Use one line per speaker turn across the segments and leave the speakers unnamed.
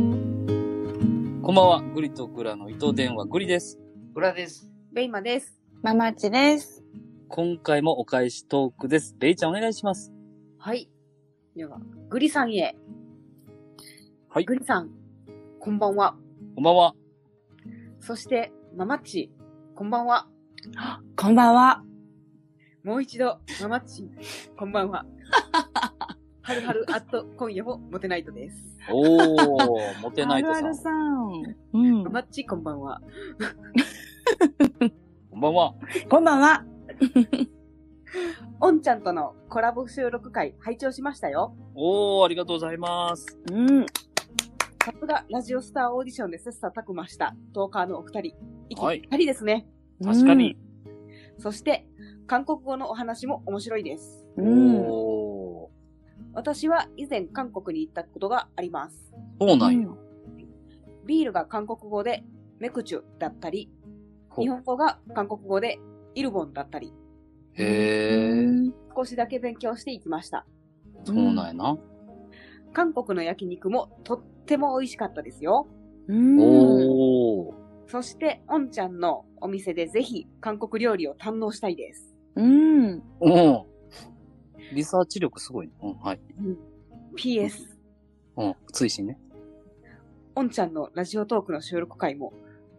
こんばんは、グリとグラの伊藤電話グリです。
裏です。
ベイマです。
ママチです。
今回もお返しトークです。ベイちゃんお願いします。
はい。では、グリさんへ。
はい
グリさん、こんばんは。
こんばんは。
そして、ママッチ、こんばんは。
こんばんは。
もう一度、ママッチ、こんばんは。はるはる、あっと、今夜も、モテナイトです。
おー、 モテナイトさん。
さん。うん
マ。マッチ、こんばんは。
こんばんは。
こんばんは。
おんちゃんとのコラボ収録会、拝聴しましたよ。
おー、ありがとうございます。
うん。
さすが、ラジオスターオーディションで切磋琢磨した、トーカーのお二人。息
はい
ぴったりですね。
確かに。
そして、韓国語のお話も面白いです。
うん。うん。
おー。
私は以前韓国に行ったことがあります。
そうなんや。
ビールが韓国語でメクチュだったり、
ほ
日本語が韓国語でイルボンだったり、
へー。
少しだけ勉強していきました。
そうなんやな。
韓国の焼肉もとっても美味しかったですよ。
うん。
おー。
そして、おんちゃんのお店でぜひ韓国料理を堪能したいです。
うん。
うん。リサーチ力すごいね。うん、はい。
PS、
うん、追伸ね。
おんちゃんのラジオトークの収録回も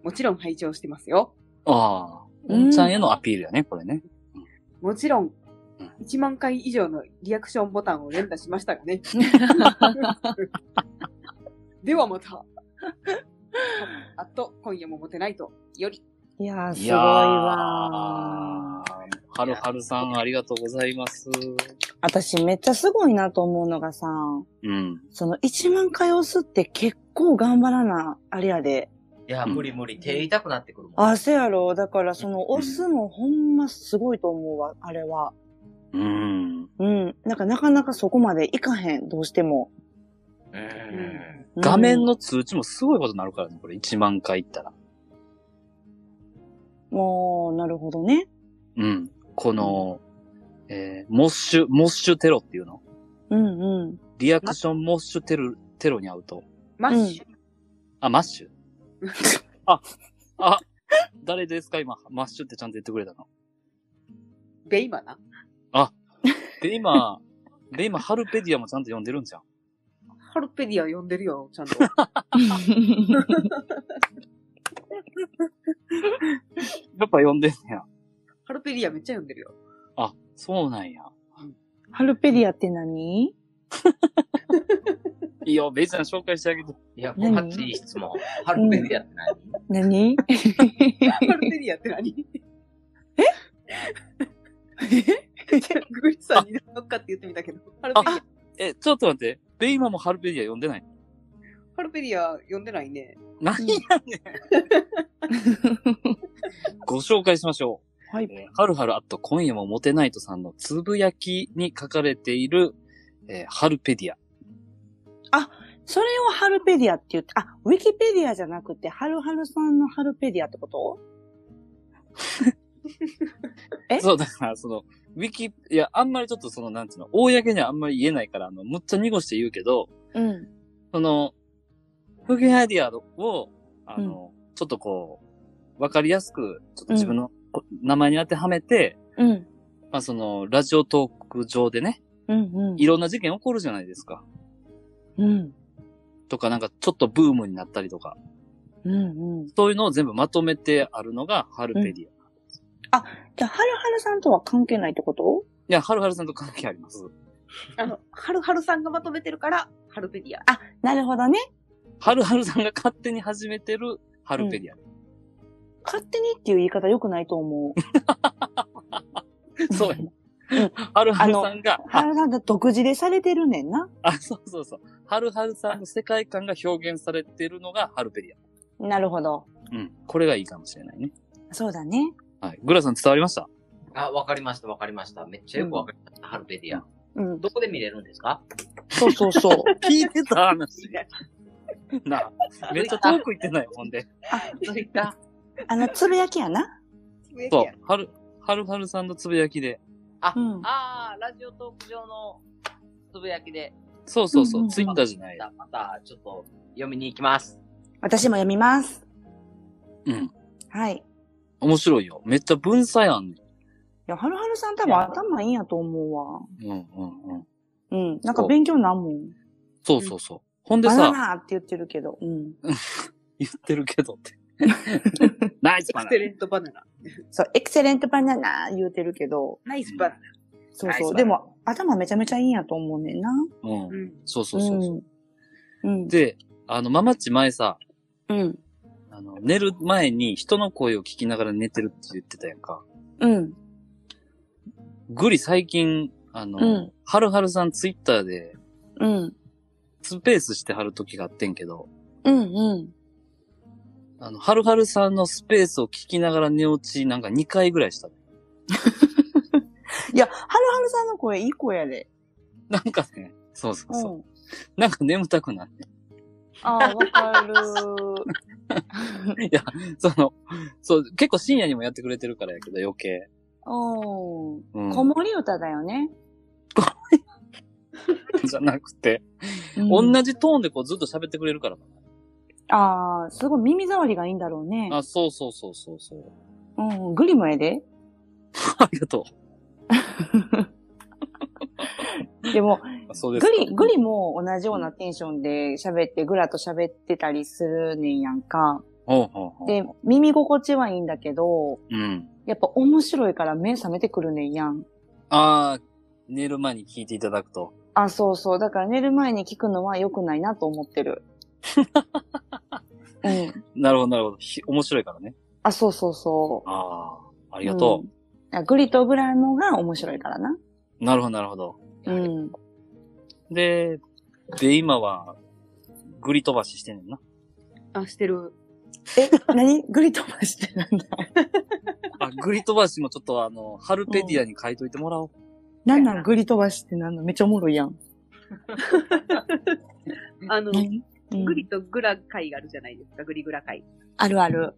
もちろん拝聴してますよ。
ああ、おんちゃんへのアピールやね、これね。
もちろん
うん、
1万回以上のリアクションボタンを連打しましたがね。 ではまた。あと、今夜もモテないと。より。
いやー、す
い
ごい
やー
わー。
はるはるさん、ありがとうございます。
私めっちゃすごいなと思うのがさ、
うん。
その1万回押すって結構頑張らな、あれやで。
いや、
うん
無理無理。手痛くなってくるもん。
あ、せやろ。だからその押すのほんますごいと思うわ、あれは。
うん。
うん。なんかなかなかそこまでいかへん、どうしても。
うー
うん
画面の通知もすごいことになるからね、これ1万回いったら。
もう、なるほどね。
うん。この、えー、モッシュ、モッシュテロっていうの
うんうん。
リアクションモッシュテロ、テロに遭うと。
マッシュ。
あ、マッ シュあ、あ、誰ですか今、マッシュってちゃんと言ってくれたの。
ベイマな。
で、今、で、今、ハルペディアもちゃんと読んでるんじゃん。
ハルペディア呼んでるよ、ちゃんと。
やっぱ読んでんねや。
ハルペディアめっちゃ呼んでるよ。
あ、そうなんや。
ハルペディアって何
いいよ、ベイちゃん紹介してあげて。
いや、こ
何
っちいい質問。ハルペディアって
何
何
ハルペディアって何 グリさんに乗っかって言ってみたけど。ハルペディア。
え、ちょっと待って。ベイ今もハルペディア読んでない。
ハルペディア呼んでないね。
何やねん。ご紹介しましょう。
はい。
えーはるはるあっと今夜もモテないとさんのつぶやきに書かれている、えーハルペディア。
それをハルペディアって言って、あ、ウィキペディアじゃなくて、ハルハルさんのハルペディアってことえ
そう、だから、その、ウィキ、いや、あんまりちょっとその、なんていうの、公にはあんまり言えないから、あの、むっちゃ濁して言うけど、
うん。
その、フゲアディアを、あの、ちょっとこう、わかりやすく、ちょっと自分のこ名前に当てはめて、
うん。
まあその、ラジオトーク上でね、
うん。
いろんな事件起こるじゃないですか。
うん。
とか、なんかちょっとブームになったりとか、
うん。うん。
そういうのを全部まとめてあるのが、ハルペディア。
じゃあ、ハルハルさんとは関係ないってこと
いや、はるはるさんと関係あります。
あの、ハルハルさんがまとめてるから、ハルペディア。
なるほどね。
はるはるさんが勝手に始めてるハルペディア。
勝手にっていう言い方良くないと思う。
そうや
うん
な。はるはるさんが、
ハ
あ
ルさんが独自でされてるねんな。
あ、そうそうそう。はるはるさんの世界観が表現されてるのがハルペディ
なるほど。
ア。うん。これがいいかもしれないね。
そうだね。
はい。グラさん伝わりました
あ、わかりました、わかりました。めっちゃよくわかりました、ハルペディア。
うん。
どこで見れるんですか
そうそ うそう。
聞いてた話。なあ。めっちゃ遠く行ってないよ、ほんで。
ツイッター。
あの、つぶやきやな。
そう。はる、はるはるさんのつぶやきで。
あ
うん、
あー、ラジオトーク上のつぶやきで。
そうそうそ
うんうん
う、
うん
ツイッターじゃない
じゃ。あまた、ちょっと、読みに行きます。
私も読みます。
うん。
はい。い
面白いよ。めっちゃ文才あんね
や、はるはるさん多分頭いいんやと思うわ。
ん。うんうんうん。
うん。なんか勉強なんもん。
そうそうそう。ほんで
バ
さ
ナ、ナって言ってるけど。うん。
言ってるけどって。ナイス
エ
バナ
クセレントバナナ。
そう、エクセレントバナナ言ってるけど。
ナイスバナナ。
そう
ナイ
そ
ス
う。
バ
で
ナナ
も、頭めちゃめちゃいいんやと思うねんな。
ナ。う。
うんん。
そうそうそうそう。
うん。うん。
で、あの、ママっち前さ、
うん。
あの、寝る前に人の声を聞きながら寝てるって言ってたやんか。
うん。
グリ最近、あの、
うん
はるはるさんツイッターで
うん。
スペースしてはる時があってんけど、
うん。うん。
あの、はるはるさんのスペースを聞きながら寝落ちなんか2回ぐらいした。
いや、はるはるさんの声いい声やで。
なんかね、そうそう
う
そう。
ん。
なんか眠たくなって。
ああ、わかる。
いや、その、そう、結構深夜にもやってくれてるからやけど余計。
おー。
うん。
子守歌だよね。
じゃなくて、
うん
同じトーンでこうずっと喋ってくれるからか
ああ、すごい耳障りがいいんだろうね
な。。あ、そうそうそうそう そう。
うん、グリもええで。
ありがと
でも、
う。そう
グ
ですか。
リ、グリも同じようなテンションで喋って、グラと喋ってたりするねんやんか。
ほうほうほう。
で、耳心地はいいんだけど、
うん。
やっぱ面白いから目覚めてくるねんやん。
ああ、寝る前に聞いていただくと。
あ、そうそう。だから寝る前に聞くのは良くないなと思ってる。うん。
なるほど、なるほど。ひ面白いからね。
あ、そうそうそう。
ああ、あ
あ
りがと
うんあグリとグラモが面白いからな。
う。なるほど、なるほど。
うん。
で、で、今は、ぐり飛ばししてんねんな。
あ、してる。
え、何 グリ飛ばしてなんだ。
あ、ぐり飛ばしもちょっとあの、ハルペディアに書いといてもらおう。
なんなんグリ飛ばしってなんだめっちゃおもろいやん。
あの、
何うん
グリとグラ会があるじゃないですか、グリグラ会。
あるある。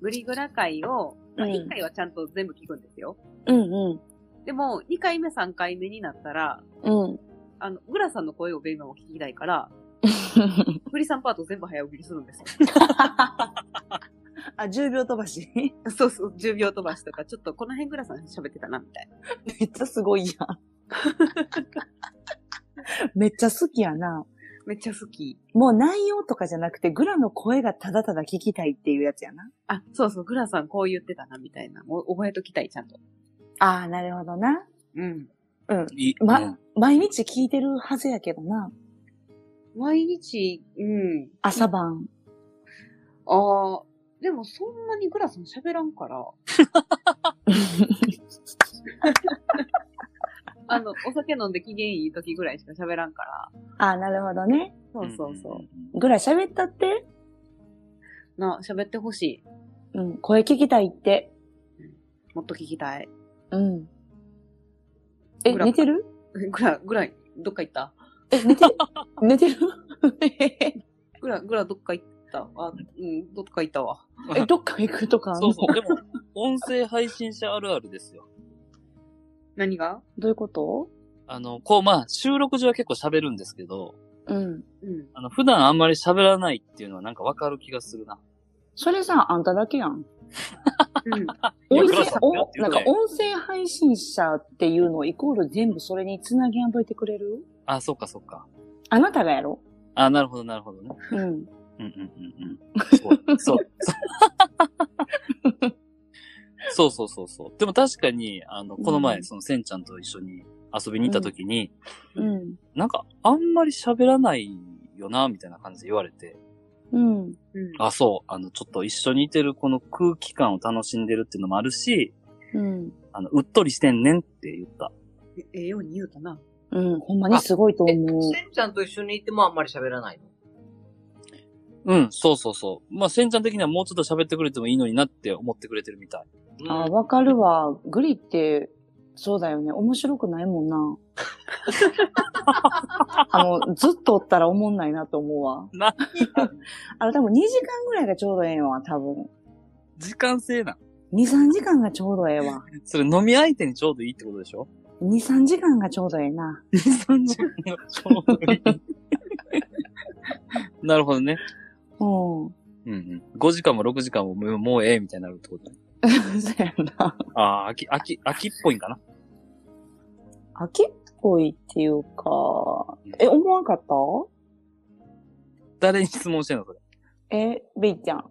グリグラ会を、まあ、
うん
1回はちゃんと全部聞くんですよ。
うんうん。
でも、2回目、3回目になったら、
うん。
あの、グラさんの声をベイマンも聞きたいから、グリさんパート全部早送りするんです
あ、10秒飛ばし
よ。そうそう、10秒飛ばしとか、ちょっとこの辺グラさん喋ってたな、みたいな。
めっちゃすごいやん。 めっちゃ好きやな。
めっちゃ好き。
もう内容とかじゃなくて、グラの声がただただ聞きたいっていうやつやな。
あ、そうそう、グラさんこう言ってたな、みたいな。お覚えときたい、ちゃんと。
ああ、なるほどな。
うん。
うん。
い
ま
うん
毎日聞いてるはずやけどな。
毎日、うん。
朝晩。
ああ、でもそんなにグラさん喋らんから、あの、お酒飲んで機嫌いい時ぐらいしか喋らんから。
ああ、なるほどね。
そうそうそう。
う
グラ喋ったって
な、喋ってほしい。
うん。声聞きたいって。
もっと聞きたい。
うん。え、
グラ
寝てる
グラ、グラ、どっか行った
え、寝てる寝 てる
グラ、グラ、どっか行ったあ、うん、どっか行ったわ。
え、どっか行くとかあ
ん
ん
そ
の
うそう。でも、音声配信者あるあるですよ。
何が
どういうこと
あの、こう、まあ、収録上は結構喋るんですけど、
うん。
うん。
あの、普段あんまり喋らないっていうのはなんかわかる気がするな。
それさ、あんただけや ん。
うん。
いや
音
グ
声
ラさん、だよって言
おな
うんと
か
ね
音声配信者っていうのをイコール全部それにつなぎやんといてくれる
あ、そっかそっか。
あなたがやろ
あ、なるほど、なるほどね。
うん。
うんうんうんうん。そう。そう。そうそうそうそう。でも確かに、あの、この
う
前、
ん
その、せんちゃんと一緒に遊びに行った時に、
うん。
なんか、あんまり喋らないよな、みたいな感じで言われて、
うん。
うん。
あ、そう、あの、ちょっと一緒にいてるこの空気感を楽しんでるっていうのもあるし、
うん。
あの、うっとりしてんねんって言った。
えええように言うたな。
うん。ほんまにすごいと
え、せ
思う。
んちゃんと一緒にいてもあんまり喋らないの
うん、そうそうそう。まあ、せんちゃん的にはもうちょっと喋ってくれてもいいのになって思ってくれてるみたい。
あ、
うん
わかるわ。グリって、そうだよね。面白くないもん な。あの、ずっとおったら思んないなと思うわ。
な、
あの、多分2時間ぐらいがちょうどええわ、多分。
時間制なん。
2、3時間がちょうどええわ。
それ飲み相手にちょうどいいってことでしょ
2、3時間がちょうどええな。
3時間がちょうどいい。 なるほどね。
うん。
うんうん。5時間も6時間ももうもうええみたいになるってことね。
そうやな。
ああ、秋、秋、秋っぽいんかな。
秋っぽいっていうか、え、思わんかった
誰に質問してんのそれ。
え、ベイちゃん。
あ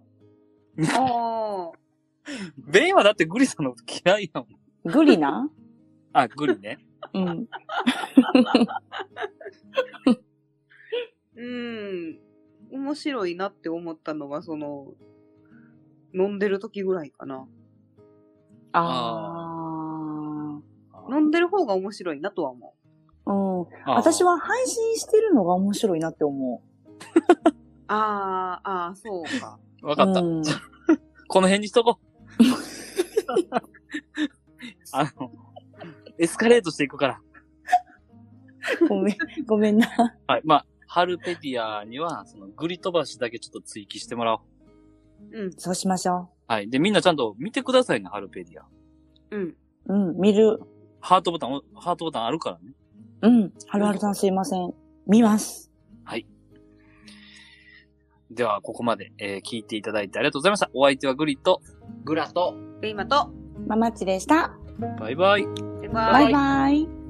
ベイはだってグリさんのこと嫌いやもん。
グリ な
あ、グリね。
うん。
ーうん。面白いなって思ったのは、その、飲んでる時ぐらいかな。
あ
飲んでる方が面白いなとは思う。
あ。うん。
あー
私。は配信してるのが面白いなって思う。
ああ、ああ、そうか。
わかった。
うん
この辺にしとこ う。あの、エスカレートしていくから。
ごめん、ごめんな。
はい。まあ、ハルペディアには、その、グリ飛ばしだけちょっと追記してもらおう。
うん、
そうしましょ
はい。で、みんなちゃんと見てくださいね、ハルペディア。
うん。
う。うん、見る。
ハートボタン、ハートボタンあるからね。
うん。はるはるさんすいません。見ます。
では、ここまで、えー聞いていただいてありがとうございました。お相手はグリと、
グラと、
で、今と、
ママッチでした。
バイバイ。
バイバイ
バイバイ。